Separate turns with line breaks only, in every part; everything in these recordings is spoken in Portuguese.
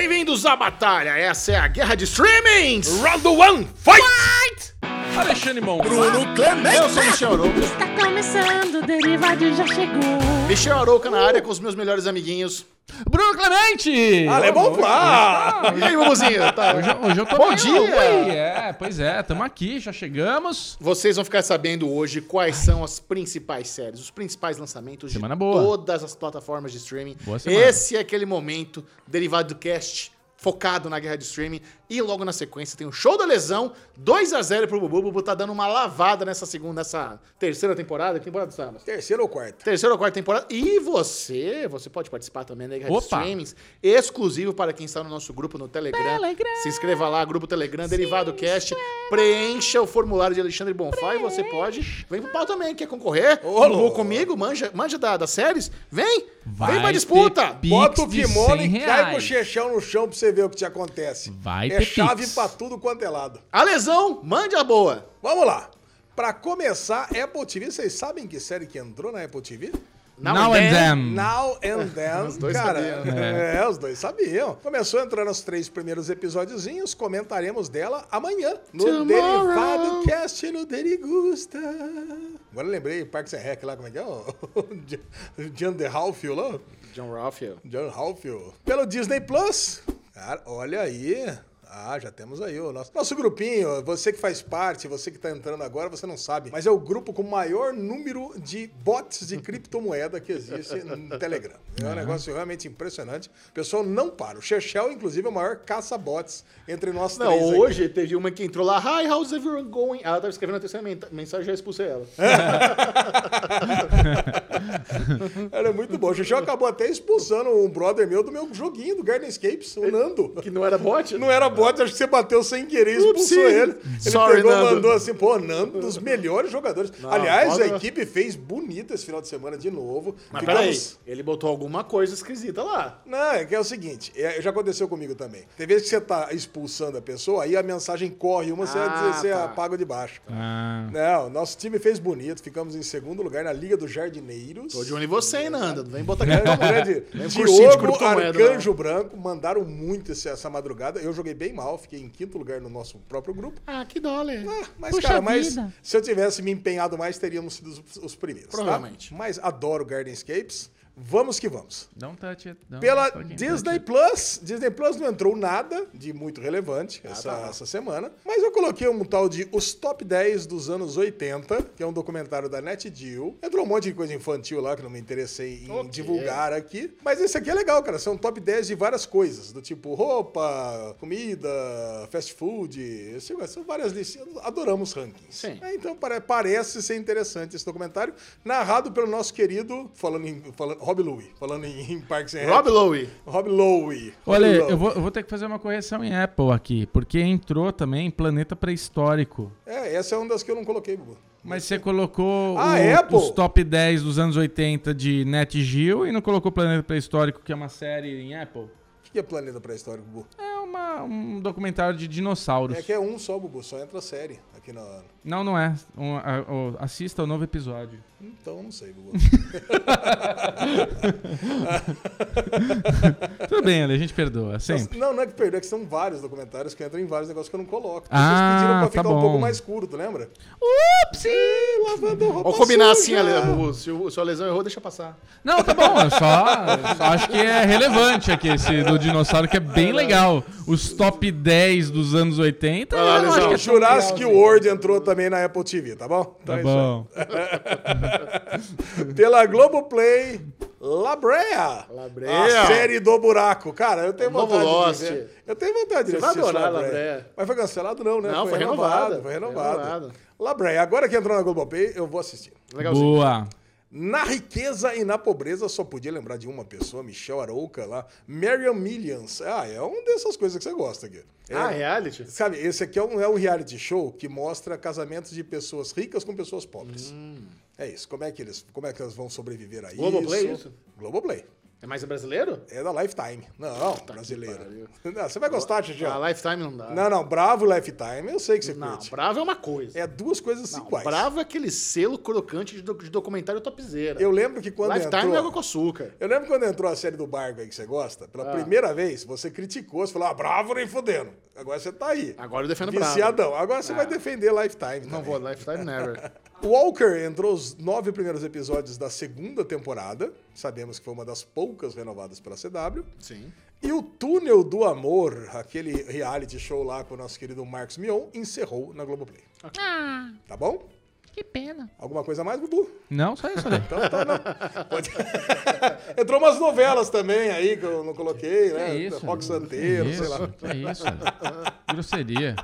Bem-vindos à batalha! Essa é a guerra de streamings!
Round 1, fight! Alexandre Mon.
Bruno Clemente! Eu sou Michel Arouca.
Tá começando, o Derivado já chegou.
Michel Arouca na área com os meus melhores amiguinhos.
Bruno Clemente!
Ah, é bom Flá!
E aí, Bubuzinho? Tá.
Ah. Hoje, hoje eu tô
Bom
bem,
dia!
oi, É, pois é, tamo aqui, já chegamos.
Vocês vão ficar sabendo hoje quais são as principais séries, os principais lançamentos
Semana
de
boa.
todas as plataformas de streaming.
Boa semana.
Esse é aquele momento derivado do cast focado na guerra de streaming e logo na sequência tem o show da lesão 2 a 0 pro Bubu. O Bubu tá dando uma lavada nessa segunda, nessa terceira temporada, que temporada estamos?
Terceira ou quarta?
Terceira ou quarta temporada. E você, você pode participar também da Guerra de
Opa.
Streamings, exclusivo para quem está no nosso grupo no Telegram. Se inscreva lá, grupo Telegram, Derivado Cast. Preencha o formulário de Alexandre Bonfá e você pode. Vem pro pau também, quer concorrer?
Ô,
Vou
louco.
comigo, manja, manja da- das séries? Vem! vem pra
ter
disputa!
Pix
Bota o
de
kimono
100
e cai com o
reais.
chechão no chão pra você ver o que te acontece.
Vai,
É
Pepix.
chave pra tudo quanto é lado.
A lesão, mande a boa!
Vamos lá. Pra começar, Apple TV, vocês sabem que série que entrou na Apple TV?
Now
Now
and then.
and then.
Now and Then,
Os dois
cara.
sabiam,
É. os dois sabiam. Começou entrando os três primeiros episódiozinhos, comentaremos dela amanhã no
Tomorrow.
Derivado Cast no Derigusta. Agora eu lembrei, Parks and Rec lá, como é que é? O John The Halfield lá.
John Ralphio.
John Halfield. Pelo Disney Plus. Cara, olha aí. Ah, já temos aí o nosso, nosso grupinho. Você que faz parte, você que tá entrando agora, você não sabe. Mas é o grupo com o maior número de bots de criptomoeda que existe no Telegram. É um negócio realmente impressionante. O pessoal não para. O Chechel, inclusive, é o maior caça-bots entre nós
Não,
três. aqui.
hoje teve uma que entrou lá. Hi, how's everyone going? Ela tava escrevendo a terceira men- mensagem e já expulsei ela.
É. Era muito bom. O Chechel acabou até expulsando um brother meu do meu joguinho do Garden Escapes, o Nando.
Que não era bot?
Não era bot, acho que você bateu sem querer, e expulsou
Upsi.
ele. Ele
Sorry,
pegou
Nando.
mandou assim, pô, Nando, dos melhores jogadores. Aliás,
foda.
a equipe fez bonita esse final de semana de novo.
Mas
Ficamos-
peraí, ele botou alguma coisa esquisita lá.
Não, é que é o seguinte, é, já aconteceu comigo também. Tem vezes que você tá expulsando a pessoa, aí a mensagem corre uma, você,
Ah,
você
tá.
apaga de baixo.
Ah,
Não, nosso time fez bonito, ficamos em segundo lugar na Liga dos Jardineiros. É,
Tô de um- olho em você, hein, Nanda. Não vem botar aqui
Grande,
não,
grande.
Vem curtir de né?
Diogo,
criptomoeda,
Arcanjo Branco, mandaram muito esse- essa madrugada. Eu joguei bem mal, fiquei em quinto lugar no nosso próprio grupo.
Ah, que dólar.
Ah, mas,
Puxa
cara, mas
vida.
se eu tivesse me empenhado mais, teríamos sido os, os primeiros. tá?
Provavelmente.
Mas adoro Gardenscapes. Vamos que vamos.
dá um touch. dá um
Pela
toque, um
Disney
touch.
Plus, Disney Plus não entrou nada de muito relevante essa, essa semana, mas eu coloquei um tal de Os Top 10 dos Anos 80, que é um documentário da NetGeo. Entrou um monte de coisa infantil lá que não me interessei em
Ok.
divulgar aqui, mas esse aqui é legal, cara. São top 10 de várias coisas, do tipo roupa, comida, fast food, esse negócio. são várias listas. Adoramos rankings.
Sim.
É, então pare- parece ser interessante esse documentário, narrado pelo nosso querido, falando em, falando, Rob Louie, falando em, em Parks and Rec.
Rob Lowe.
Rob Lowe.
Olha,
Rob Lowe.
eu vou, eu vou ter que fazer uma correção em Apple aqui, porque entrou também Planeta Pré-Histórico.
É, essa é uma das que eu não coloquei, Bubu.
Mas você colocou
Ah,
o-
Apple?
os top 10 dos anos 80 de Net Geo e não colocou Planeta Pré-Histórico, que é uma série em Apple?
O que que é Planeta Pré-Histórico, Bubu?
É uma- um documentário de dinossauros.
É que é um só, Bubu, só entra a série aqui na.
Não, não é. Um, a- o- assista o novo episódio.
Então, não sei, Bubu.
Tudo bem, Ale, a gente perdoa, sempre.
Não, não é que perdeu, é que são vários documentários que entram em vários negócios que eu não coloco. Porque
Ah,
vocês pediram pra
tá
ficar um
bom.
pouco mais curto, lembra?
Ups!
Lavando roupa
Vamos combinar assim,
suja.
Ale, Bubu. Se o se a lesão errou, deixa passar.
Não, tá bom, eu só, só acho que é relevante aqui esse do dinossauro, que é bem legal. Os top 10 dos anos 80,
Vai lá,
eu não acho
Lesão.
que
O
é tão
Jurassic
legal, assim.
World entrou também na Apple TV, tá bom?
Tá
Então é isso aí.
bom.
Pela Globoplay, Labrea.
Labrea.
A série do buraco. Cara, eu tenho
O novo
vontade
Lost.
de ver. Eu tenho vontade de
Você vai
assistir
adorar
essa
Labrea.
Mas foi cancelado não, né?
Não, foi renovada.
Foi renovada.
Foi renovada.
Labrea. Agora que entrou na Globoplay, eu vou assistir.
Legalzinho.
Boa.
Na riqueza e na pobreza, só podia lembrar de uma pessoa, Michel Arouca lá. Marion Millions. Ah, é uma dessas coisas que você gosta aqui. É,
Ah, reality?
Sabe, esse aqui é um, é um reality show que mostra casamentos de pessoas ricas com pessoas pobres. É isso. Como é que eles, como é que elas vão sobreviver a
Hum. Globoplay,
isso?
isso?
Globoplay.
É mais brasileiro?
É da Lifetime. Não, brasileiro. Não, você vai gostar, Titi.
A Ah, Lifetime não dá.
Não, não, Bravo e Lifetime, eu sei que você
Não,
curte.
Bravo é uma coisa.
É duas coisas
Não,
iguais.
Bravo é aquele selo crocante de, do- de documentário topzera.
Eu lembro que quando
Lifetime é água
entrou...
com açúcar.
Eu lembro quando entrou a série do Barco aí que você gosta,
Ah.
pela primeira vez, você criticou, você falou, ah, Bravo nem fudendo. Agora você tá aí.
Agora eu defendo Bravo. Ah.
Viciadão. Agora você vai defender Lifetime.
Não
também.
vou, Lifetime never.
Walker entrou os nove primeiros episódios da segunda temporada. Sabemos que foi uma das poucas renovadas pela CW.
Sim.
E o Túnel do Amor, aquele reality show lá com o nosso querido Marcos Mion, encerrou na Globoplay.
Ah,
Tá bom?
que pena.
Alguma coisa a mais, Bubu?
Não, só isso, né?
Então tá, não. Pode- Entrou umas novelas também aí que eu não coloquei, né?
É isso.
Rock Santeiro,
isso,
sei lá.
É isso. Grosseria.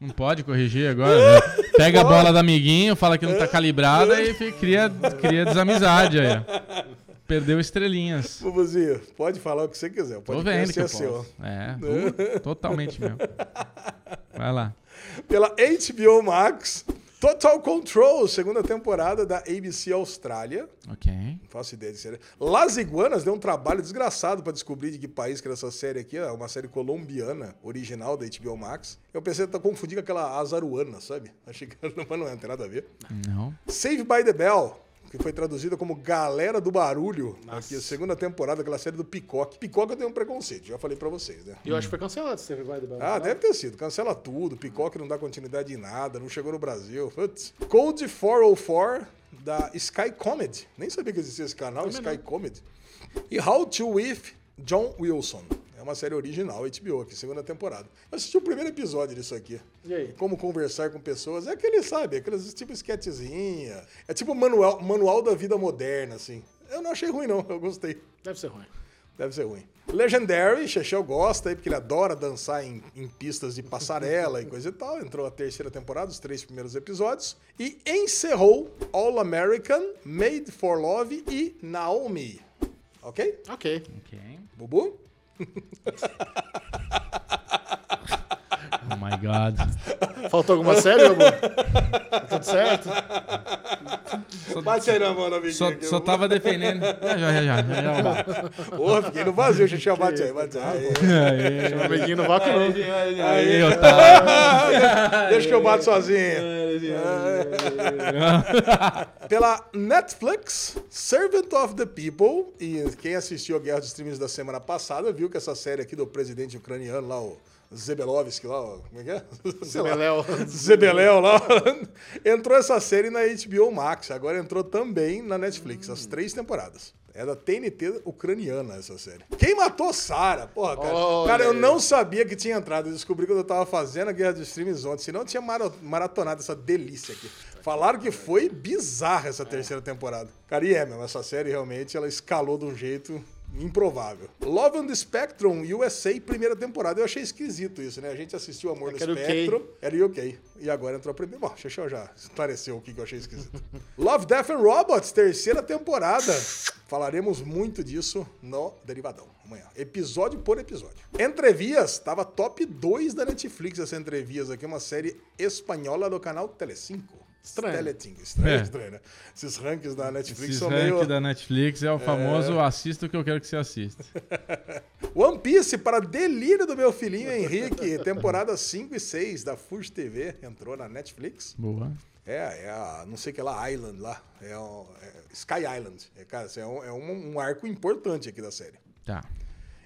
Não pode corrigir agora, né? Pega a bola do amiguinho, fala que não tá calibrada e fi- cria, cria desamizade aí. ó. Perdeu estrelinhas.
Bubuzinho, pode falar o que você quiser. O
Tô
podcast
vendo que
é
eu
seu.
posso. É, uh, totalmente meu. Vai lá.
pela HBO Max. Total Control, segunda temporada da ABC Austrália.
Ok.
Não faço ideia de série. Las Iguanas deu um trabalho desgraçado pra descobrir de que país que era essa série aqui. É uma série colombiana, original da HBO Max. Eu pensei que tá confundindo com aquela azaruana, sabe? Achei que era, mas não é, não tem nada a ver.
Não.
Save by the Bell. Que foi traduzida como Galera do Barulho. Aqui, a segunda temporada, aquela série do Picoque. Picoque eu tenho um preconceito, já falei pra vocês, né?
E eu acho que foi cancelado você vai do Bravo.
Ah, deve ter sido. Cancela tudo. Picoque não dá continuidade em nada. Não chegou no Brasil. Putz. Code 404 da Sky Comedy. Nem sabia que existia esse canal, Sky Comedy. E How to With John Wilson. É uma série original, HBO, aqui, segunda temporada. Eu assisti o primeiro episódio disso aqui.
E aí?
Como conversar com pessoas. É aquele, sabe? Aqueles tipo esquetezinha. É tipo manual, manual da vida moderna, assim. Eu não achei ruim, não. Eu gostei.
Deve ser ruim.
Deve ser ruim. Legendary, Chechel gosta aí, porque ele adora dançar em, em pistas de passarela e coisa e tal. Entrou a terceira temporada, os três primeiros episódios. E encerrou All American, Made for Love e Naomi. Ok?
Ok.
Ok.
Bubu?
Oh my god.
Faltou alguma série, meu amor? Tá Tudo certo?
Bate aí na mão, amiguinho.
Só,
aqui,
só tá
Bubu.
tava defendendo. Já, já, já. já, já, já.
Ô, fiquei no vazio, Chechel, bate aí, bate aí.
Aê,
Meu um amiguinho não vai não.
aê, otário.
Deixa que eu bato sozinho. Pela Netflix, Servant of the People. E quem assistiu a Guerra dos Streams da semana passada viu que essa série aqui do presidente ucraniano lá, o Zebelovski lá, o- como é que é? Sei lá.
Beléu.
Zebeléu lá. Entrou essa série na HBO Max, agora entrou também na Netflix, as três temporadas. É da TNT ucraniana essa série. Quem matou Sara? Porra, cara.
Olha
cara, eu
aí.
não sabia que tinha entrado. Eu descobri quando eu tava fazendo a Guerra dos Streams ontem. Senão eu tinha mara- maratonado essa delícia aqui. Falaram que foi bizarra essa terceira temporada. Cara, e é mesmo. Essa série realmente ela escalou de um jeito improvável. Love on the Spectrum USA, primeira temporada. Eu achei esquisito isso, né? A gente assistiu Amor no
É que era o quê?
Spectro. Era UK. E agora entrou a primeira. Bom, deixa eu já esclareceu o que que eu achei esquisito. Love, Death and Robots, terceira temporada. Falaremos muito disso no Derivadão amanhã. Episódio por episódio. Entrevias, tava top 2 da Netflix essa Entrevias aqui, uma série espanhola do canal Telecinco.
Estranho.
Telecinco, estranho,
É.
estranho, né? Esses rankings da Netflix
Esse
são
rank
meio...
da Netflix é o famoso assista o que eu quero que você assista.
One Piece para delírio do meu filhinho Henrique, temporada 5 e 6 da Fuji TV, entrou na Netflix.
Boa.
É, é a, não sei que lá, Island lá. É, o- é Sky Island. É, cara, isso é, um, é um- um arco importante aqui da série.
Tá.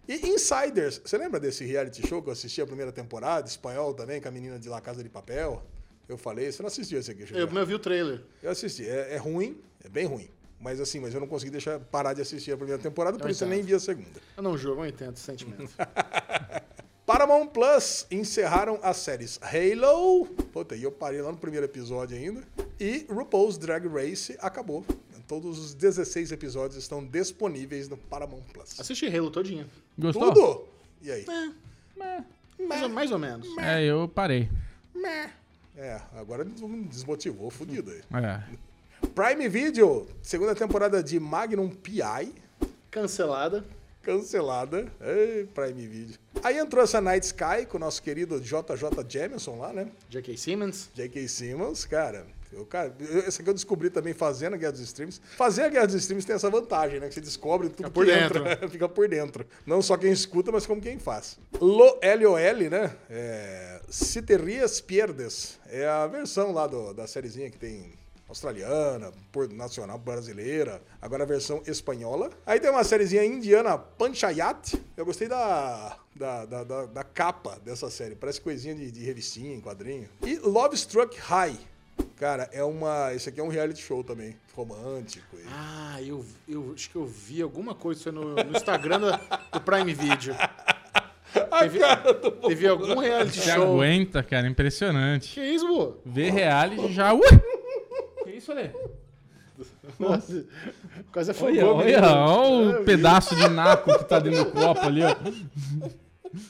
E Insiders, você lembra desse reality show que eu assisti a primeira temporada, espanhol também, com a menina de La Casa de Papel? Eu falei, você não assistiu esse aqui,
Eu,
Xavier?
eu vi o trailer.
Eu assisti. É, é ruim, é bem ruim. Mas assim, mas eu não consegui deixar parar de assistir a primeira temporada, por
Eu
isso eu
entendo.
nem vi a segunda.
Eu não julgo, eu entendo esse sentimento.
Paramount Plus encerraram as séries Halo, puta, e eu parei lá no primeiro episódio ainda, e RuPaul's Drag Race acabou. Todos os 16 episódios estão disponíveis no Paramount Plus.
Assisti Halo todinho.
Gostou?
Tudo! E aí?
Mais ou, mais ou menos.
É, eu parei.
É, agora me desmotivou, fudido aí.
É.
Prime Video, segunda temporada de Magnum P.I.,
Cancelada.
cancelada. Ei, Prime Video. Aí entrou essa Night Sky com o nosso querido JJ Jameson lá, né?
J.K. Simmons.
J.K. Simmons, cara, Eu, cara, eu- essa que eu descobri também fazendo a Guerra dos Streams. Fazer a Guerra dos Streams tem essa vantagem, né? Que você descobre tudo
Fica por
que
dentro. né?
entra. Fica por dentro. Não só quem escuta, mas como quem faz. Lo LOL, né? É, Se te rias, pierdes. É a versão lá do- da sériezinha que tem australiana, por- nacional brasileira, agora a versão espanhola. Aí tem uma sériezinha indiana, Panchayat. Eu gostei da, da, da, da- da capa dessa série. Parece coisinha de, de revistinha, em quadrinho. E Love Struck High. Cara, é uma. Esse aqui é um reality show também. Romântico. e-
Ah, eu, eu acho que eu vi alguma coisa isso aí no, no Instagram da- do Prime Video. Teve, teve algum reality
Você
show.
aguenta, cara, impressionante.
Que isso, pô?
Ver reality já. Ui! Que isso, Ale?
Nossa, quase
Olha,
afogou.
olha,
menino.
olha o pedaço de naco que tá dentro do copo ali, ó.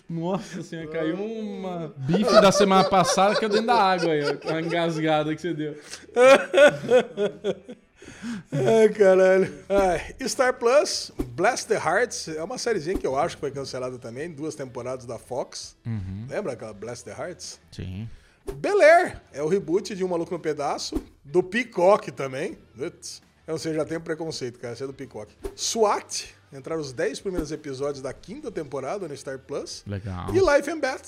Nossa senhora, caiu uma bife da semana passada que é dentro da água aí, ó. Uma engasgada que você deu.
Ai, caralho. Ai, Star Plus, Blast the Hearts, é uma sériezinha que eu acho que foi cancelada também, duas temporadas da Fox.
Uhum.
Lembra aquela Blast the Hearts?
Sim.
Bel Air, é o reboot de Um Maluco no Pedaço, do Peacock também. Uts. Eu não sei, já tenho preconceito, cara, esse é do Peacock. SWAT, entraram os 10 primeiros episódios da quinta temporada no Star Plus.
Legal.
E Life and Beth,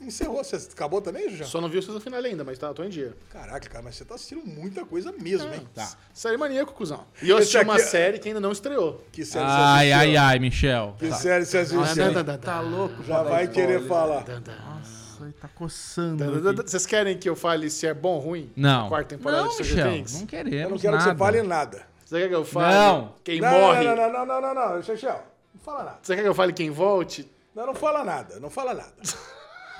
encerrou. Você acabou também, já?
Só não vi o season final ainda, mas tá, tô em dia.
Caraca, cara, mas você tá assistindo muita coisa mesmo,
Ah,
hein?
Tá. Série maníaco, cuzão. E eu assisti
Esse aqui
uma
é-
série que ainda não estreou.
Que série você
Ai,
assistiu?
ai, é ai, Michel.
Que série você
Ah,
assistiu?
Tá louco.
Já vai querer falar.
Nossa, tá coçando.
tá, Vocês querem que eu fale se é bom ou ruim?
Não.
A quarta temporada
não,
de Stranger
Michel,
Things?
Não
Eu
queremos
não quero
nada. É.
que você fale nada.
Você quer que eu fale
Não.
quem
não,
morre?
não, não, não, não, não, não, não, Chechel. Não fala nada.
Você quer que eu fale quem volte?
Não, não fala nada. Não fala nada.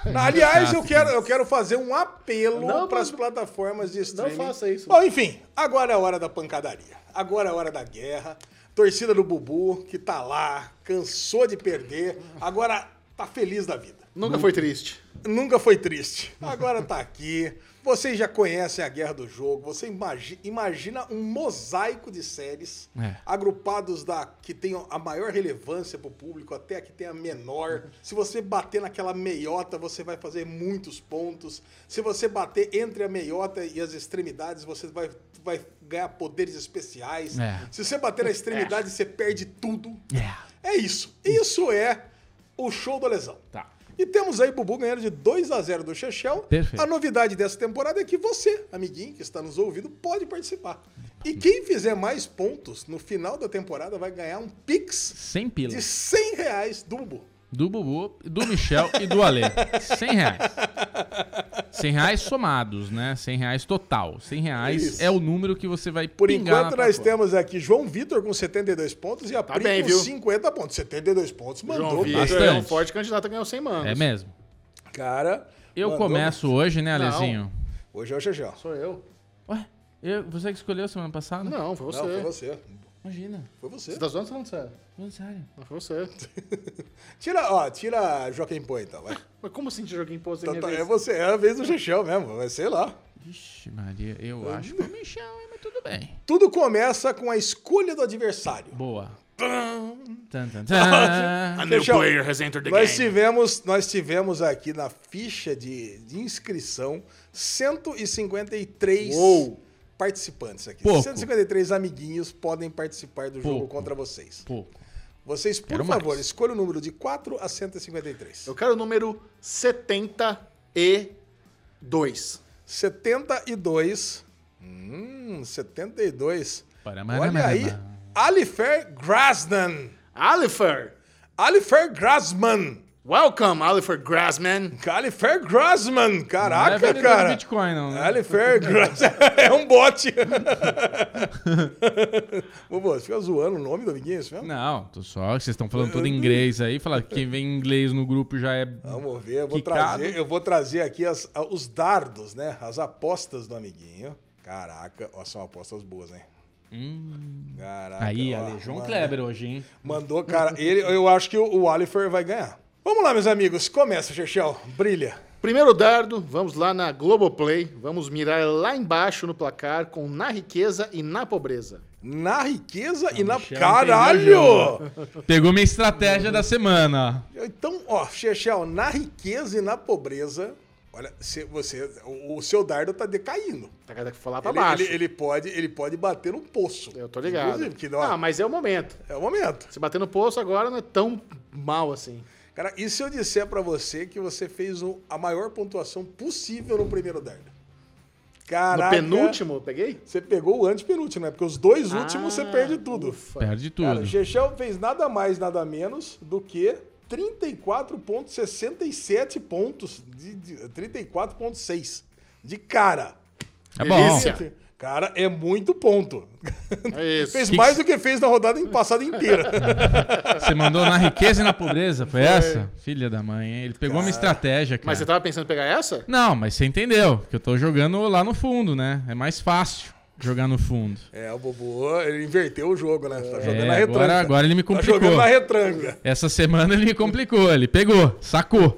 Não, aliás, eu quero, eu quero fazer um apelo
Não,
para as
mas-
plataformas de streaming.
faça isso.
Bom, enfim, agora é a hora da pancadaria. Agora é a hora da guerra. Torcida do Bubu, que tá lá, cansou de perder, agora tá feliz da vida.
Nunca foi triste.
Nunca foi triste. Agora tá aqui. Vocês já conhecem a guerra do jogo. Você imagi- imagina um mosaico de séries
É.
agrupados da que tenham a maior relevância pro público até a que tenha a menor. Se você bater naquela meiota, você vai fazer muitos pontos. Se você bater entre a meiota e as extremidades, você vai, vai ganhar poderes especiais.
É.
Se você bater na extremidade, você perde tudo.
É,
É isso. Isso é o show do lesão.
tá.
E temos aí Bubu ganhando de 2 a 0 do Chechel.
Perfeito.
A novidade dessa temporada é que você, amiguinho que está nos ouvindo, pode participar. E quem fizer mais pontos no final da temporada vai ganhar um Pix
Sem pila.
de 100 reais do Bubu.
Do Bubu, do Michel e do Ale. 100 reais. 100 reais somados, né? 100 reais total. 100 reais
Isso.
é o número que você vai
Por
pingar
enquanto,
na
nós
plataforma.
temos aqui João Vitor com 72 pontos e a Pri
Tá bem,
com
viu?
50 pontos. 72 pontos, mandou.
João
bem.
Vitor é um
bastante.
forte candidato a ganhar os 100 manos.
É mesmo.
Cara,
Eu
mandou
começo hoje, né,
Não.
Alezinho?
bem. Hoje é o Chechel.
Sou eu?
Ué, eu- você que escolheu semana passada?
Não, foi você.
Não, foi você.
Imagina.
Foi você.
Você tá zoando ou falando sério?
Falando sério.
Não, foi você.
Tira, ó, tira Joaquim Pô então, vai.
Mas como assim de joguinho pose
Então,
minha
tá-
vez?
é você, é a vez do Chechel mesmo, vai ser lá.
Ixi, Maria, eu acho que o Michel, hein, mas tudo bem.
Tudo começa com a escolha do adversário.
Boa. Tan, tan, tan.
A
Fechou.
has entered
Nós tivemos, nós tivemos aqui na ficha de, de inscrição 153
Uou.
participantes aqui.
Pouco.
153 amiguinhos podem participar do jogo
Pouco.
contra vocês.
Pouco.
Vocês, por
Quero
favor,
mais.
escolham o número de 4 a 153.
Eu quero o número 72.
72. Hum, 72.
Para, para,
Olha
para,
aí.
para.
Alifer Grasnan.
Alifer!
Alifer Grasman.
Welcome, Alifer Grassman.
Califer Grossman,
Não é
caraca,
vendedor de
cara.
Bitcoin, não, né?
Califer Grossman é um bot. Bobo, você fica zoando o nome do amiguinho, é isso mesmo?
Não, tô só. Vocês estão falando todo em inglês aí. Falar que quem vem em inglês no grupo já é.
Vamos ver, eu vou,
Quicado.
trazer, eu vou trazer aqui as- a- os dardos, né? As apostas do amiguinho. Caraca, ó, são apostas boas, hein?
Hum.
Caraca.
Aí,
ó,
Ale, João
mano.
Kleber hoje, hein?
Mandou, cara. Ele, eu acho que o, o Alifer vai ganhar. Vamos lá, meus amigos. Começa, Chechel. Brilha.
Primeiro dardo, vamos lá na Globoplay. Vamos mirar lá embaixo no placar com Na Riqueza e Na Pobreza.
Na riqueza e na.
Michel,
Caralho!
Pegou minha estratégia da semana.
Então, ó, Chechel, na riqueza e na pobreza, Olha, se você, o, o seu dardo tá decaindo.
Tá cada que for lá pra
Ele,
baixo.
ele- ele pode, ele pode bater num poço.
Eu tô ligado.
Inclusive, que não,
Ah, mas é o momento.
é o momento.
Se bater no poço agora não é tão mal assim.
Cara, e se eu disser pra você que você fez o- a maior pontuação possível no primeiro dardo?
No
Caraca.
penúltimo, eu peguei?
Você pegou o antepenúltimo, né? Porque os dois últimos
Ah,
você perde tudo.
ufa.
Perde
Cara, o
tudo.
Chechel fez nada mais, nada menos do que 34,67 pontos. De, de, 34,6 de cara.
É bom.
Delícia.
Cara, é muito ponto.
É isso.
Fez mais do que fez na rodada em- passada inteira.
Você mandou na riqueza e na pobreza, foi essa? Filha da mãe, hein? Ele pegou uma estratégia, cara.
Mas você tá- tava pensando em pegar essa?
Não, mas você entendeu, que eu tô jogando lá no fundo, né? É mais fácil jogar no fundo.
é, o Bobo, ele inverteu o jogo, né? Tá jogando
É,
na retranca.
agora, agora ele me
Tá
complicou.
jogando na retranca.
Essa semana ele me complicou, ele pegou, sacou.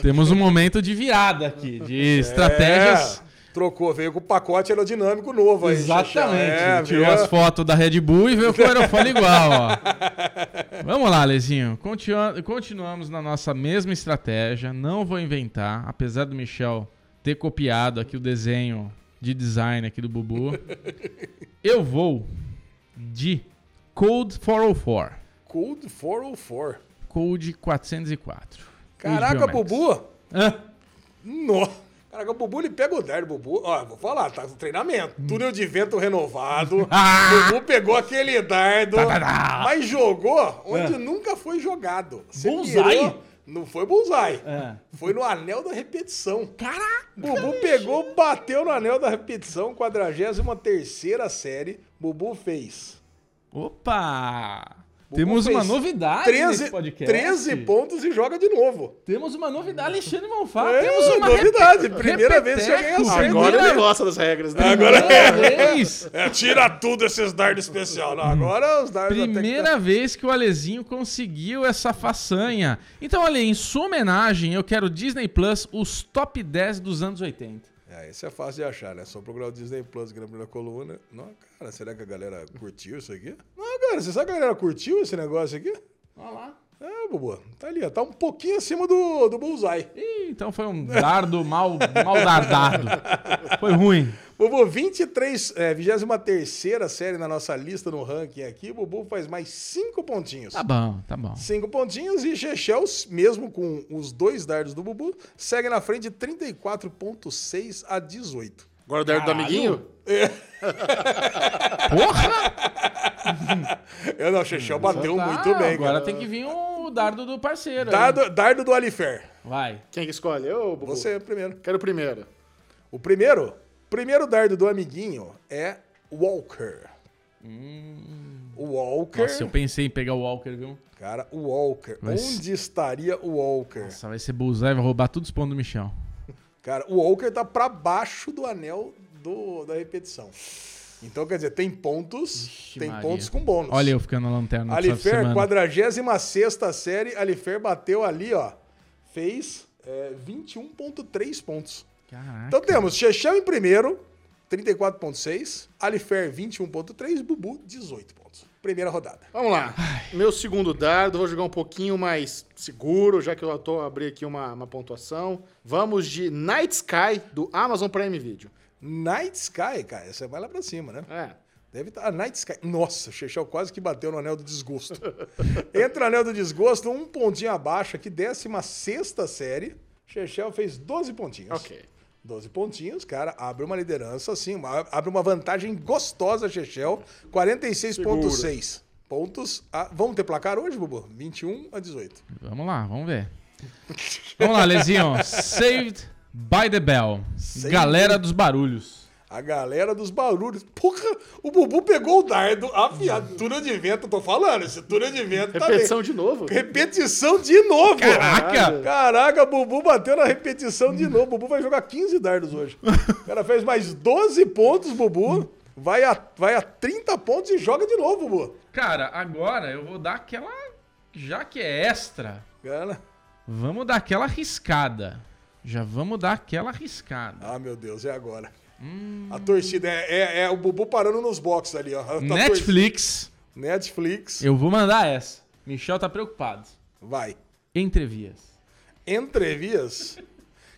Temos um momento de virada aqui, de estratégias.
É, trocou, veio com o pacote aerodinâmico novo aí. Chechel.
Exatamente.
É,
Ele tirou
veio-
as fotos da Red Bull e veio com o aerofólio igual, ó. Vamos lá, Lezinho. Continua- Continuamos na nossa mesma estratégia. Não vou inventar, apesar do Michel ter copiado aqui o desenho de design aqui do Bubu. Eu vou de Code 404.
Cold 404.
Code 404.
Caraca,
Os Geomax.
Bubu.
Hã?
Nossa. Caraca, o Bubu, ele pega o dardo, Bubu. Ó, vou falar, tá no treinamento.
Hum.
Túnel de vento renovado.
Ah!
O Bubu pegou aquele dardo,
Tá,
mas jogou onde nunca foi jogado. Você
Ah. Bullseye?
mirou- Não foi bullseye.
É.
Foi no anel da repetição.
Caraca!
Bubu pegou, bateu no anel da repetição, 43ª série. Bubu fez
Opa!
Bubu
Temos uma
fez
novidade nesse
13,
podcast.
13 pontos e joga de novo.
Temos uma novidade, Alexandre Malfá.
É,
Temos uma
novidade.
repe-
Primeira vez que alguém
repeteco.
acerta.
Agora
Primeira
ele gosta das regras, né?
vez.
É, tira tudo esses dardos especial. Não, agora os dardos até que- tá
Primeira vez que o Alezinho conseguiu essa façanha. Então, olha, em sua homenagem, eu quero Disney Plus, os top 10 dos anos 80.
É, esse é fácil de achar, né? Só procurar o Disney Plus aqui na primeira coluna. Não, cara, será que a galera curtiu isso aqui? Não, cara, você sabe que a galera curtiu esse negócio aqui?
Olha lá.
É, bobo, tá ali, ó. Tá um pouquinho acima do, do bullseye.
Ih, então foi um dardo mal, mal dardado. Foi ruim.
Bobo, 23, é, 23 série na nossa lista no ranking aqui. Bobo faz mais 5 pontinhos.
Tá bom, tá bom.
Cinco pontinhos e Chechel, mesmo com os dois dardos do Bubu, segue na frente 34.6 a 18.
Agora o dardo do amiguinho?
Porra!
Eu não, Chechel bateu
Tá,
muito bem,
Agora
cara.
tem que vir o dardo do parceiro. aí.
Dardo, dardo do Alifer.
Vai.
Quem que escolhe? Eu, Bubu?
Você é o primeiro.
Quero o primeiro.
O primeiro, primeiro dardo do amiguinho é Walker. O Walker.
Hum. Nossa, eu pensei em pegar o Walker, viu?
Cara, o Walker.
Mas-
Onde estaria o Walker?
Nossa, vai ser bullseye, vai roubar todos os pontos do Michel.
Cara, o Walker tá pra baixo do anel do, da repetição. Então, quer dizer, tem pontos, tem
Maria.
pontos com bônus.
Olha eu ficando na lanterna dessa
Alifer,
semana.
46 série, Alifer bateu ali, ó. Fez é, 21,3 pontos.
Caraca.
Então temos Chechel em primeiro, 34,6. Alifer, 21,3. Bubu, 18 pontos. Primeira rodada.
Vamos lá. Meu segundo dardo, vou jogar um pouquinho mais seguro, já que eu tô abrindo aqui uma, uma pontuação. Vamos de Night Sky, do Amazon Prime Video.
Night Sky, cara, você vai lá pra cima, né?
É.
Deve estar. Night Sky. Nossa, o Chechel quase que bateu no anel do desgosto. Entra no anel do desgosto, um pontinho abaixo aqui, 16 série. Chechel fez 12 pontinhos.
Ok.
12 pontinhos, cara, abre uma liderança, assim, uma- abre uma vantagem gostosa, Chechel. 46,6 pontos. a- vamos ter placar hoje, Bubu? 21 a 18.
Vamos lá, vamos ver. vamos lá, Lezinho. Saved by the Bell. Galera dos barulhos.
A galera dos barulhos. Porra, o Bubu pegou o dardo, afiado. Túnel de vento, eu tô falando, esse túnel de vento tá bem.
Repetição de novo?
Repetição de novo.
Caraca!
Caraca, Bubu bateu na repetição de novo. Bubu vai jogar 15 dardos hoje. O cara fez mais 12 pontos, Bubu. Vai a, vai a 30 pontos e joga de novo, Bubu.
Cara, agora eu vou dar aquela. Já que é extra,
Cara,
vamos dar aquela riscada. Já vamos dar aquela riscada.
ah, meu Deus, é agora. A torcida é, é- é o Bubu parando nos boxes ali, ó. A torcida-
Netflix,
Netflix.
eu vou mandar essa. Michel tá preocupado.
Vai.
Entrevias.
Entrevias.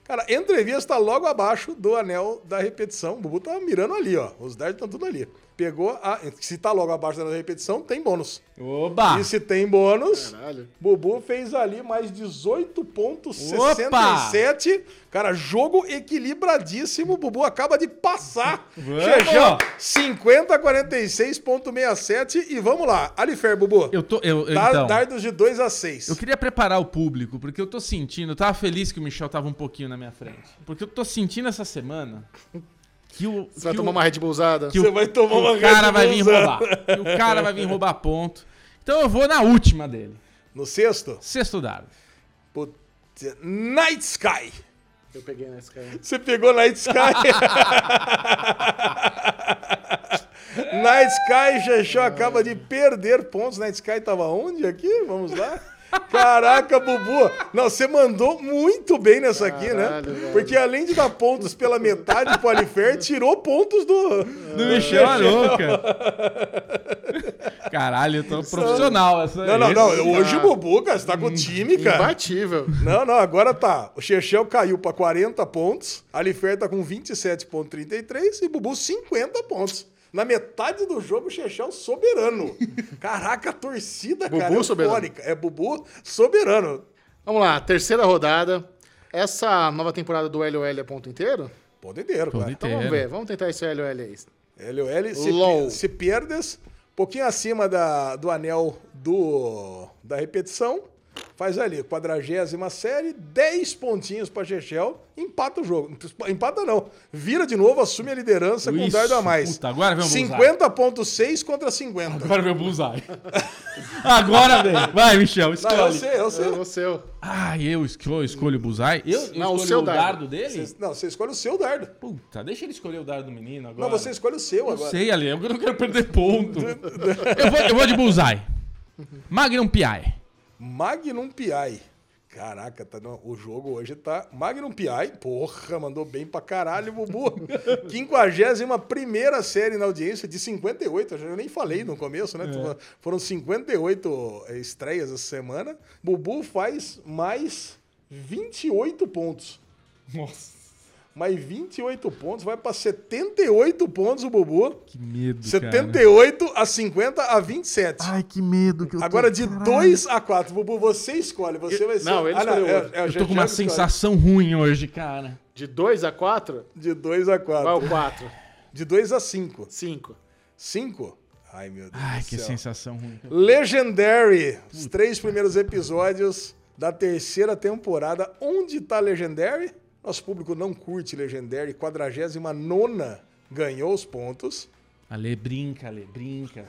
Cara, entrevista logo abaixo do anel da repetição. O Bubu tá mirando ali, ó. Os dardos estão tudo ali. Pegou a. Se tá logo abaixo da repetição, tem bônus.
Oba!
E se tem bônus,
Caralho.
Bubu fez ali mais 18,67. Cara, jogo equilibradíssimo. Bubu acaba de passar.
Vamos!
Chechão, 50, 46,67. E vamos lá. Alifer, Bubu.
Eu tô. Eu, eu,
Dar-
então,
Dardos de 2 a 6.
eu queria preparar o público, porque eu tô sentindo. Eu tava feliz que o Michel tava um pouquinho na minha frente. Porque eu tô sentindo essa semana que o.
Você vai
que
tomar
o-
uma Red Bullzada?
que
Você
o,
vai tomar
que
uma
o cara
Red
vai vir
Bullzada.
roubar. Que o cara vai vir roubar ponto. Então eu vou na última dele.
No sexto,
Sexto dado.
putz, Night Sky.
Eu peguei nessa, cara.
Você pegou Night Sky. Night Sky, Xexó acaba de perder pontos. Night Sky tava onde aqui? Vamos lá. Caraca, Bubu. Não, você mandou muito bem nessa aqui, né?
Caralho, velho.
Porque além de dar pontos pela metade pro Alifer, tirou pontos do...
Do Michel Arouca. Caralho, eu tô profissional. Essa,
Não, não,
esse-
não. Hoje o Bubu, cara, você tá com o time,
Hum,
cara.
Imbatível.
Não, não, agora tá. O Chechel caiu pra 40 pontos, Alifer tá com 27,33 e Bubu 50 pontos. Na metade do jogo, o Chechel soberano. Caraca, a torcida,
Bubu
cara, é
soberano.
eufórica. É Bubu soberano.
Vamos lá, terceira rodada. Essa nova temporada do LOL é ponto inteiro?
Ponto inteiro,
Ponto
cara.
Então vamos
Inteiro.
ver, vamos tentar esse LOL aí.
LOL, se,
LOL.
se perdes, pouquinho acima da, do anel do, da repetição, faz ali, quadragésima série, 10 pontinhos pra Chechel, empata o jogo. Empata não, vira de novo, assume a liderança com um
Isso,
dardo a mais.
puta, agora vem o Bullseye.
50.6 contra 50.
Agora meu blusai. Agora, velho. Vai, Michel,
Não, eu
escolhe.
sei, eu sei.
Eu vou ser o-
Ah, eu escolho, escolho o blusai? Eu, eu
Não, o
escolho
seu
o
dardo.
dardo, dele?
Não, você escolhe o seu dardo.
Puta, deixa ele escolher o dardo do menino agora.
Não, você escolhe o seu
Eu
agora.
sei, Ale, eu não quero perder ponto. eu, vou, eu vou de um blusai. Magnum P.I.
Magnum PI. Caraca, tá no- o jogo hoje tá. Magnum PI, porra, mandou bem pra caralho, Bubu. 51 série na audiência de 58. Eu nem falei no começo, né? Foram 58 eh, estreias essa semana. Bubu faz mais 28 pontos.
Nossa,
Mais 28 pontos, vai pra 78 pontos o Bubu.
que medo, cara.
78 a 50 a 27.
Ai, que medo que eu
Agora de 2 a 4, Bubu, você escolhe. Você vai ser.
não, ele escolheu outro.
é, é,
Eu
já-
tô com uma
já escolhe.
sensação ruim hoje, cara.
De 2 a 4?
De 2 a
Vai
4.
o 4.
De 2 a 5.
5.
5? Ai, meu Deus.
Ai,
do
que
céu.
sensação ruim.
Legendary. Os três primeiros episódios da terceira temporada. Onde tá Legendary? Nosso público não curte Legendary. 49 ganhou os pontos.
Ale, brinca, Ale, brinca.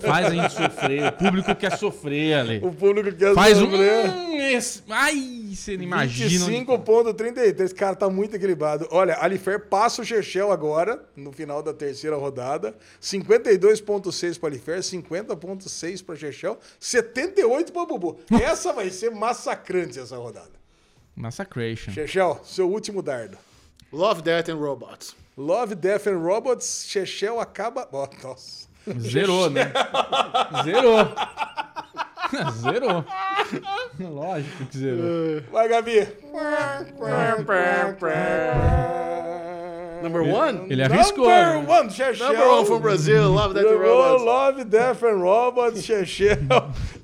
Faz a gente sofrer. O público quer sofrer, Ale.
O público quer
Faz um.
saber.
Hum, esse- Ai, você não imagina. onde- tá.
25.33. Cara, tá muito equilibrado. Olha, Alifer passa o Chechel agora, no final da terceira rodada. 52.6 para Alifer, 50.6 para Chechel, 78 para Bubu. Essa vai ser massacrante essa rodada.
Massacration.
Chechel, seu último dardo.
Love, Death and Robots.
Love, Death and Robots, Chechel acaba... Ó, nossa.
Zerou, né? Zerou. Zerou. Lógico que zerou.
Vai, Gabi.
Number 1?
Ele arriscou.
Number
né?
one, Chechel.
Number 1 from Brazil, Love, Death and
Jogou
Robots.
Love, Death and Robots, Chechel.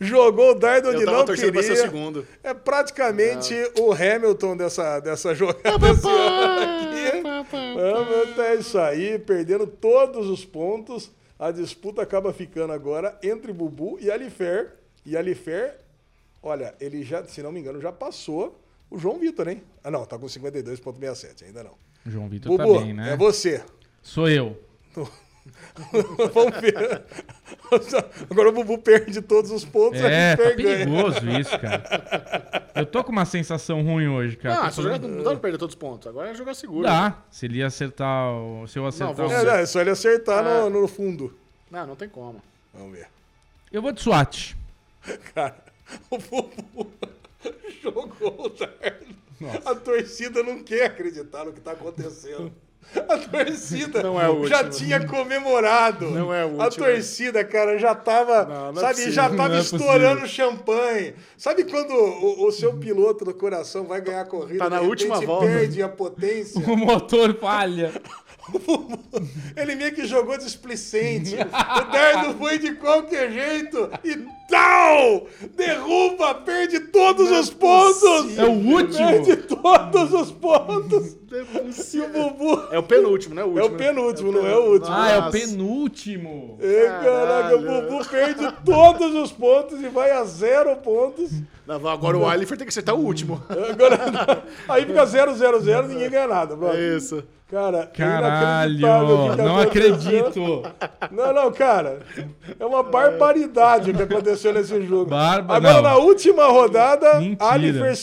Jogou o Dardo onde
Eu tava
não
torcendo pra ser o
queria.
segundo.
É praticamente o Hamilton dessa, dessa jogada. desse ano aqui. Hamilton é isso aí, perdendo todos os pontos. A disputa acaba ficando agora entre Bubu e Alifer. E Alifer, olha, ele já, se não me engano, já passou o João Vitor, hein? Ah, não, tá com 52,67, ainda não.
João Vitor
Bubu,
tá bem, né?
é você.
Sou eu.
Vamos ver. Agora o Bubu perde todos os pontos.
É,
a
tá
gente ganha.
perigoso isso, cara. Eu tô com uma sensação ruim hoje, cara.
Ah,
Tô
só
é
falando-
jogar, não dá pra perder todos os pontos. Agora é jogar seguro.
Dá. Se ele acertar. o- Se eu acertar.
vou-
o-
É, não, é só ele acertar
Ah.
no, no fundo.
Não, não tem como.
Vamos ver.
Eu vou de SWAT.
Cara, o Bubu jogou o dardo. A torcida não quer acreditar no que tá acontecendo. A torcida
Não é o
já
último.
tinha comemorado.
Não é o
A
último.
torcida, cara, já tava,
Não, não é
sabe,
possível.
já tava
Não é
estourando champanhe. Sabe quando o, o seu piloto do coração vai ganhar a corrida
Tá na
de repente
última volta.
perde a potência?
O motor falha.
Ele meio que jogou displicente. o dardo foi de qualquer jeito e tal! Derruba, perde todos os pontos!
É o último.
Perde todos os pontos!
Não é
E o
possível.
Bubu.
É o penúltimo, não é o
É
último.
o
né?
penúltimo, não é o último.
Ah, é o
Nossa.
penúltimo.
Ei, caraca, o
Caralho.
Bubu perde todos os pontos e vai a zero pontos.
Não, agora o Alifer tem que acertar o último.
Agora, aí fica zero, zero, zero, ninguém ganha nada, brother.
É isso.
Cara, é
Caralho,
inacreditável o que tá
não
acontecendo.
acredito.
Não, não, cara. É uma barbaridade o que aconteceu nesse jogo.
Barba-
Agora,
não.
na última rodada,
Mentira.
Alifer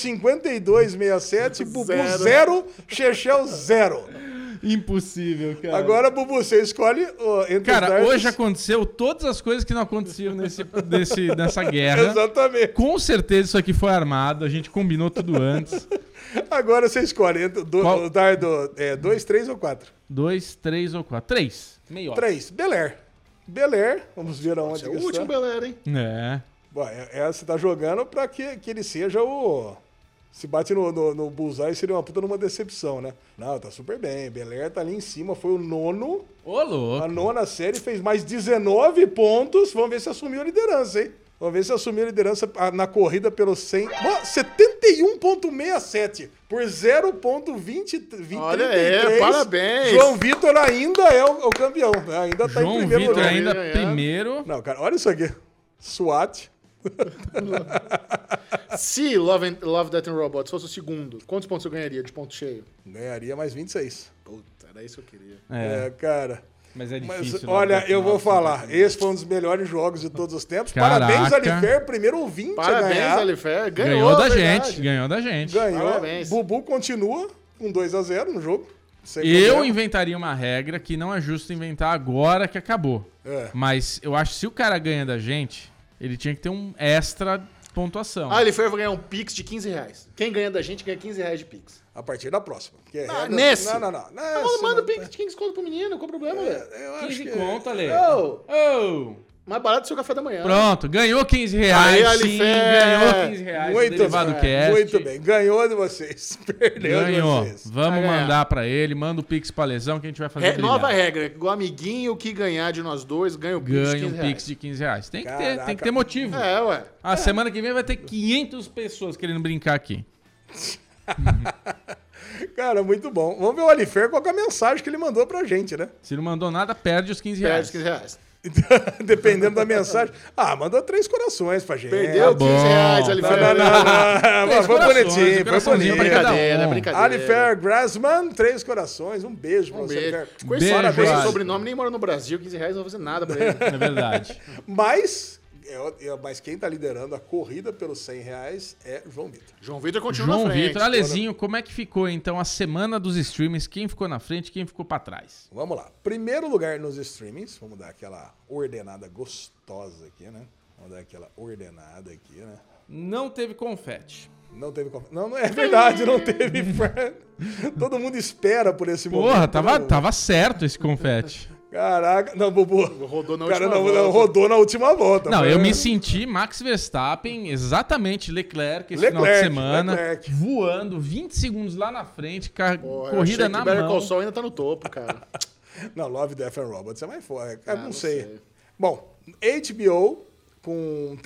52,67, Bubu
Zero.
0, Chechel 0.
Impossível, cara.
Agora, Bubu, você escolhe ó, entre os
Cara,
dardos.
hoje aconteceu todas as coisas que não aconteciam nesse, desse, nessa guerra.
Exatamente.
Com certeza isso aqui foi armado, a gente combinou tudo antes.
Agora você escolhe entre do,
Qual?
o dardo 2, 3 ou 4?
Dois, três ou quatro? Três. Meio.
3. Bel Air. Bel Air. Vamos ver aonde
É o
que está.
último, galera, hein?
É.
Bom, é- é, você tá jogando pra que, que ele seja o. Se bate no, no, no bullseye, seria uma puta numa decepção, né? Não, tá super bem. Belair tá ali em cima, foi o nono.
Ô,
A
louco.
nona série fez mais 19 pontos. Vamos ver se assumiu a liderança, hein? Vamos ver se assumiu a liderança ah, na corrida pelo 100. Ó, 71,67 por 0,20.
Olha, é, parabéns.
João Vitor ainda é o, o campeão. né? Ainda tá em
João
primeiro
Vitor
lugar.
ainda
É, é.
primeiro.
Não, cara, olha isso aqui. SWAT.
Ah, Se Love, and- Love Death and Robots fosse o segundo, quantos pontos eu ganharia de ponto cheio?
Ganharia mais 26.
Puta, era isso que eu queria.
É,
É, cara.
mas é
Mas,
difícil. né?
olha,
Daqui
eu
uma
vou
outra
falar.
coisa.
Esse foi um dos melhores jogos de todos os tempos.
Caraca.
Parabéns, Alifer, primeiro ouvinte a
Parabéns,
ganhar.
Alifer. Ganhou,
Ganhou da
é verdade.
gente, ganhou da gente.
Ganhou.
Parabéns.
Bubu continua com 2x0 no jogo. sem
Eu
problema.
inventaria uma regra que não é justo inventar agora que acabou.
É.
Mas eu acho que se o cara ganha da gente, ele tinha que ter um extra pontuação.
Ah, ele foi ganhar um Pix de 15 reais. Quem ganha da gente ganha 15 reais de Pix.
A partir da próxima. porque é regra-
nesse.
Não, não, não. Nesse,
Então manda o
não- tá.
Pix de 15 conto pro menino, qual o problema, velho?
Eu acho
15
que... é
conto, Ale.
Ô,
Oh.
mais barato do seu café da manhã.
Pronto, ganhou 15 reais.
Aí,
sim,
Alifé.
ganhou 15 reais. do
é. Muito
Derivado
bem.
Cast.
Muito bem. Ganhou de vocês. Perdeu
Ganhou.
de vocês.
Vamos
Vai ganhar.
mandar pra ele. Manda o Pix pra lesão que a gente vai
É,
fazer.
Re-
brilhar.
nova regra, o amiguinho que ganhar de nós dois ganha o Pix de
Ganha
15
um
reais.
Pix de 15 reais. Tem que, ter,
Caraca.
tem que ter motivo.
É, ué.
A semana que vem vai ter 500 pessoas querendo brincar aqui.
Cara, muito bom. Vamos ver o Alifer qual que é a mensagem que ele mandou pra gente, né?
Se não mandou nada, perde os 15
Perde
reais.
15 reais.
Dependendo da mensagem. Ah, mandou três corações pra gente.
Perdeu
bom.
15 reais,
Não, não,
Alifer.
não, não. Mas Foi
corações, um
bonitinho, foi
coraçãozinho
bonito.
pra cada um.
Brincadeira,
Cada um.
brincadeira.
Alifer Grassman, três corações. Um beijo pra
Um
você,
beijo.
Alifer.
Com esse
Beijo,
parabéns,
Alifer.
sobrenome, nem mora no Brasil, 15 reais não vou fazer nada pra ele.
É verdade.
Mas, é, é, mas quem tá liderando a corrida pelos 100 reais é João Vitor.
João Vitor continua
João
na frente.
Vitor, Alezinho, como é que ficou então a semana dos streamings? Quem ficou na frente, quem ficou pra trás?
Vamos lá. Primeiro lugar nos streamings. Vamos dar aquela ordenada gostosa aqui, né? Vamos dar aquela ordenada aqui, né?
Não teve confete.
Não teve. conf- Não, não é verdade, não teve. Todo mundo espera por esse
Porra,
momento.
tava,
né?
tava certo esse confete.
Caraca. Não, Bubu.
Rodou na
Cara,
última
não,
volta.
não, rodou na última volta.
Não,
Foi- um-
eu me senti Max Verstappen, exatamente Leclerc esse
Leclerc,
final de semana,
Leclerc.
voando 20 segundos lá na frente, ca-
Pô, eu
corrida
achei
na
que Better
mão.
Call Saul ainda tá no topo, cara.
Não, Love, Death and Robots é mais forte. Eu não,
Ah, não
sei.
sei.
Bom, HBO com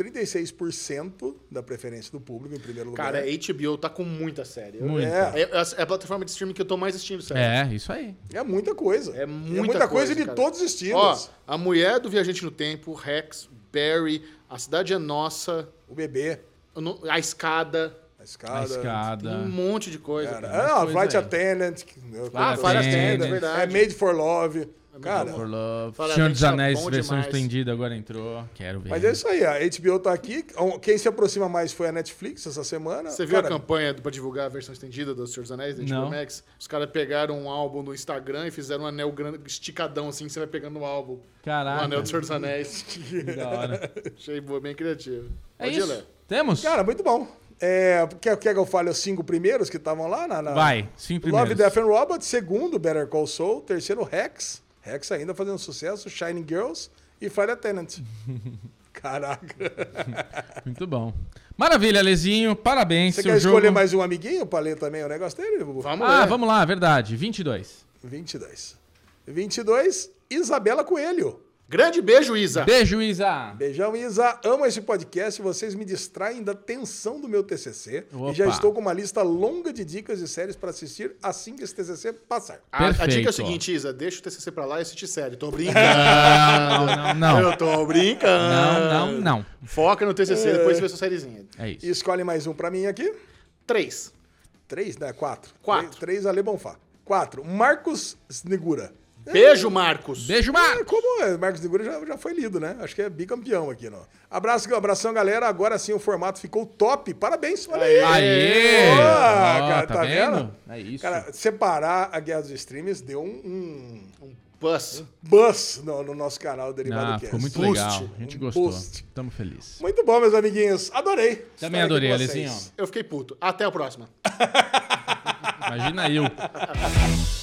36% da preferência do público em primeiro lugar.
Cara, a HBO tá com muita série. Eu-
Muito.
É.
É, tá. é a plataforma de streaming que eu tô mais assistindo, sério.
É, isso aí.
É muita coisa.
É muita
coisa,
coisa,
de
cara.
todos os
Ó,
estilos.
a mulher do Viajante no Tempo, Rex, Barry, A Cidade é Nossa,
O bebê,
eu não- A Escada,
a
A
escada.
tem
escada.
um monte de coisa.
Cara,
cara.
ah, não,
coisa
Flight
aí.
Attendant. que-
Ah,
coisa
Flight
assim,
Attendant,
né?
é verdade.
É Made for Love. Cara,
For Love.
Fala,
Senhor
gente,
dos
tá
Anéis,
bom
versão
demais.
estendida, agora entrou. Quero ver.
mas é isso aí. A HBO tá aqui. Quem se aproxima mais foi a Netflix essa semana.
Você viu
ah, Cara,
a campanha do- pra divulgar a versão estendida do Senhor dos Anéis, da
Não.
HBO Max? Os caras pegaram um álbum no Instagram e fizeram um anel grande, esticadão assim, que você vai pegando o álbum.
Caraca.
O anel do Senhor dos Anéis.
Da hora.
Achei boa, bem criativo.
É
Pode ir,
isso.
Léo.
Temos?
Cara, muito bom. É, quer, quer que eu fale os cinco primeiros que estavam lá? Na, na-
Vai, cinco
Love,
primeiros.
Death and Robots. Segundo, Better Call Saul. Terceiro, Rex. Rex ainda fazendo sucesso. Shining Girls. E Friday Tenant. Caraca.
Muito bom. Maravilha, Lezinho. Parabéns.
Você
seu
quer
jogo...
escolher mais um amiguinho pra ler também o negócio dele, Bubu?
Vamos
Ah,
lá.
vamos lá, verdade. 22.
22. 22, Isabela Coelho.
Grande beijo, Isa.
Beijo, Isa.
Beijão, Isa. Amo esse podcast. Vocês me distraem da tensão do meu TCC.
Opa.
E já estou com uma lista longa de dicas e séries para assistir assim que esse TCC passar.
A, a dica é
Perfeito.
o seguinte, Isa, deixa o TCC pra lá e assiste série. Tô brincando.
Não, não, não.
Eu tô brincando.
Não, não, não.
Foca no TCC, depois vê sua sériezinha.
É
E
isso.
escolhe mais um para mim aqui.
Três.
Três, né? Quatro.
Quatro.
Três, três Ale Bonfá. Quatro, Marcos Snigura.
Beijo, Marcos.
Beijo,
É,
Marco.
Como é, Marcos Nigura já, já foi lido, né? Acho que é bicampeão aqui, não. Abraço, abração, galera. Agora sim o formato ficou top. Parabéns, olha aí.
Aê!
Boa,
Ó,
cara,
tá
tá
vendo?
vendo?
É isso.
Cara, separar a Guerra dos Streams deu um, um
Bus.
buzz no, no nosso canal Derivado
Ah,
Cast. Um
ficou muito
Boost.
legal. A gente gostou.
Boost.
Tamo feliz.
Muito bom, meus amiguinhos. Adorei. estar aqui
adorei,
com vocês.
Alezinho.
Eu fiquei puto. Até a próxima.
Imagina eu.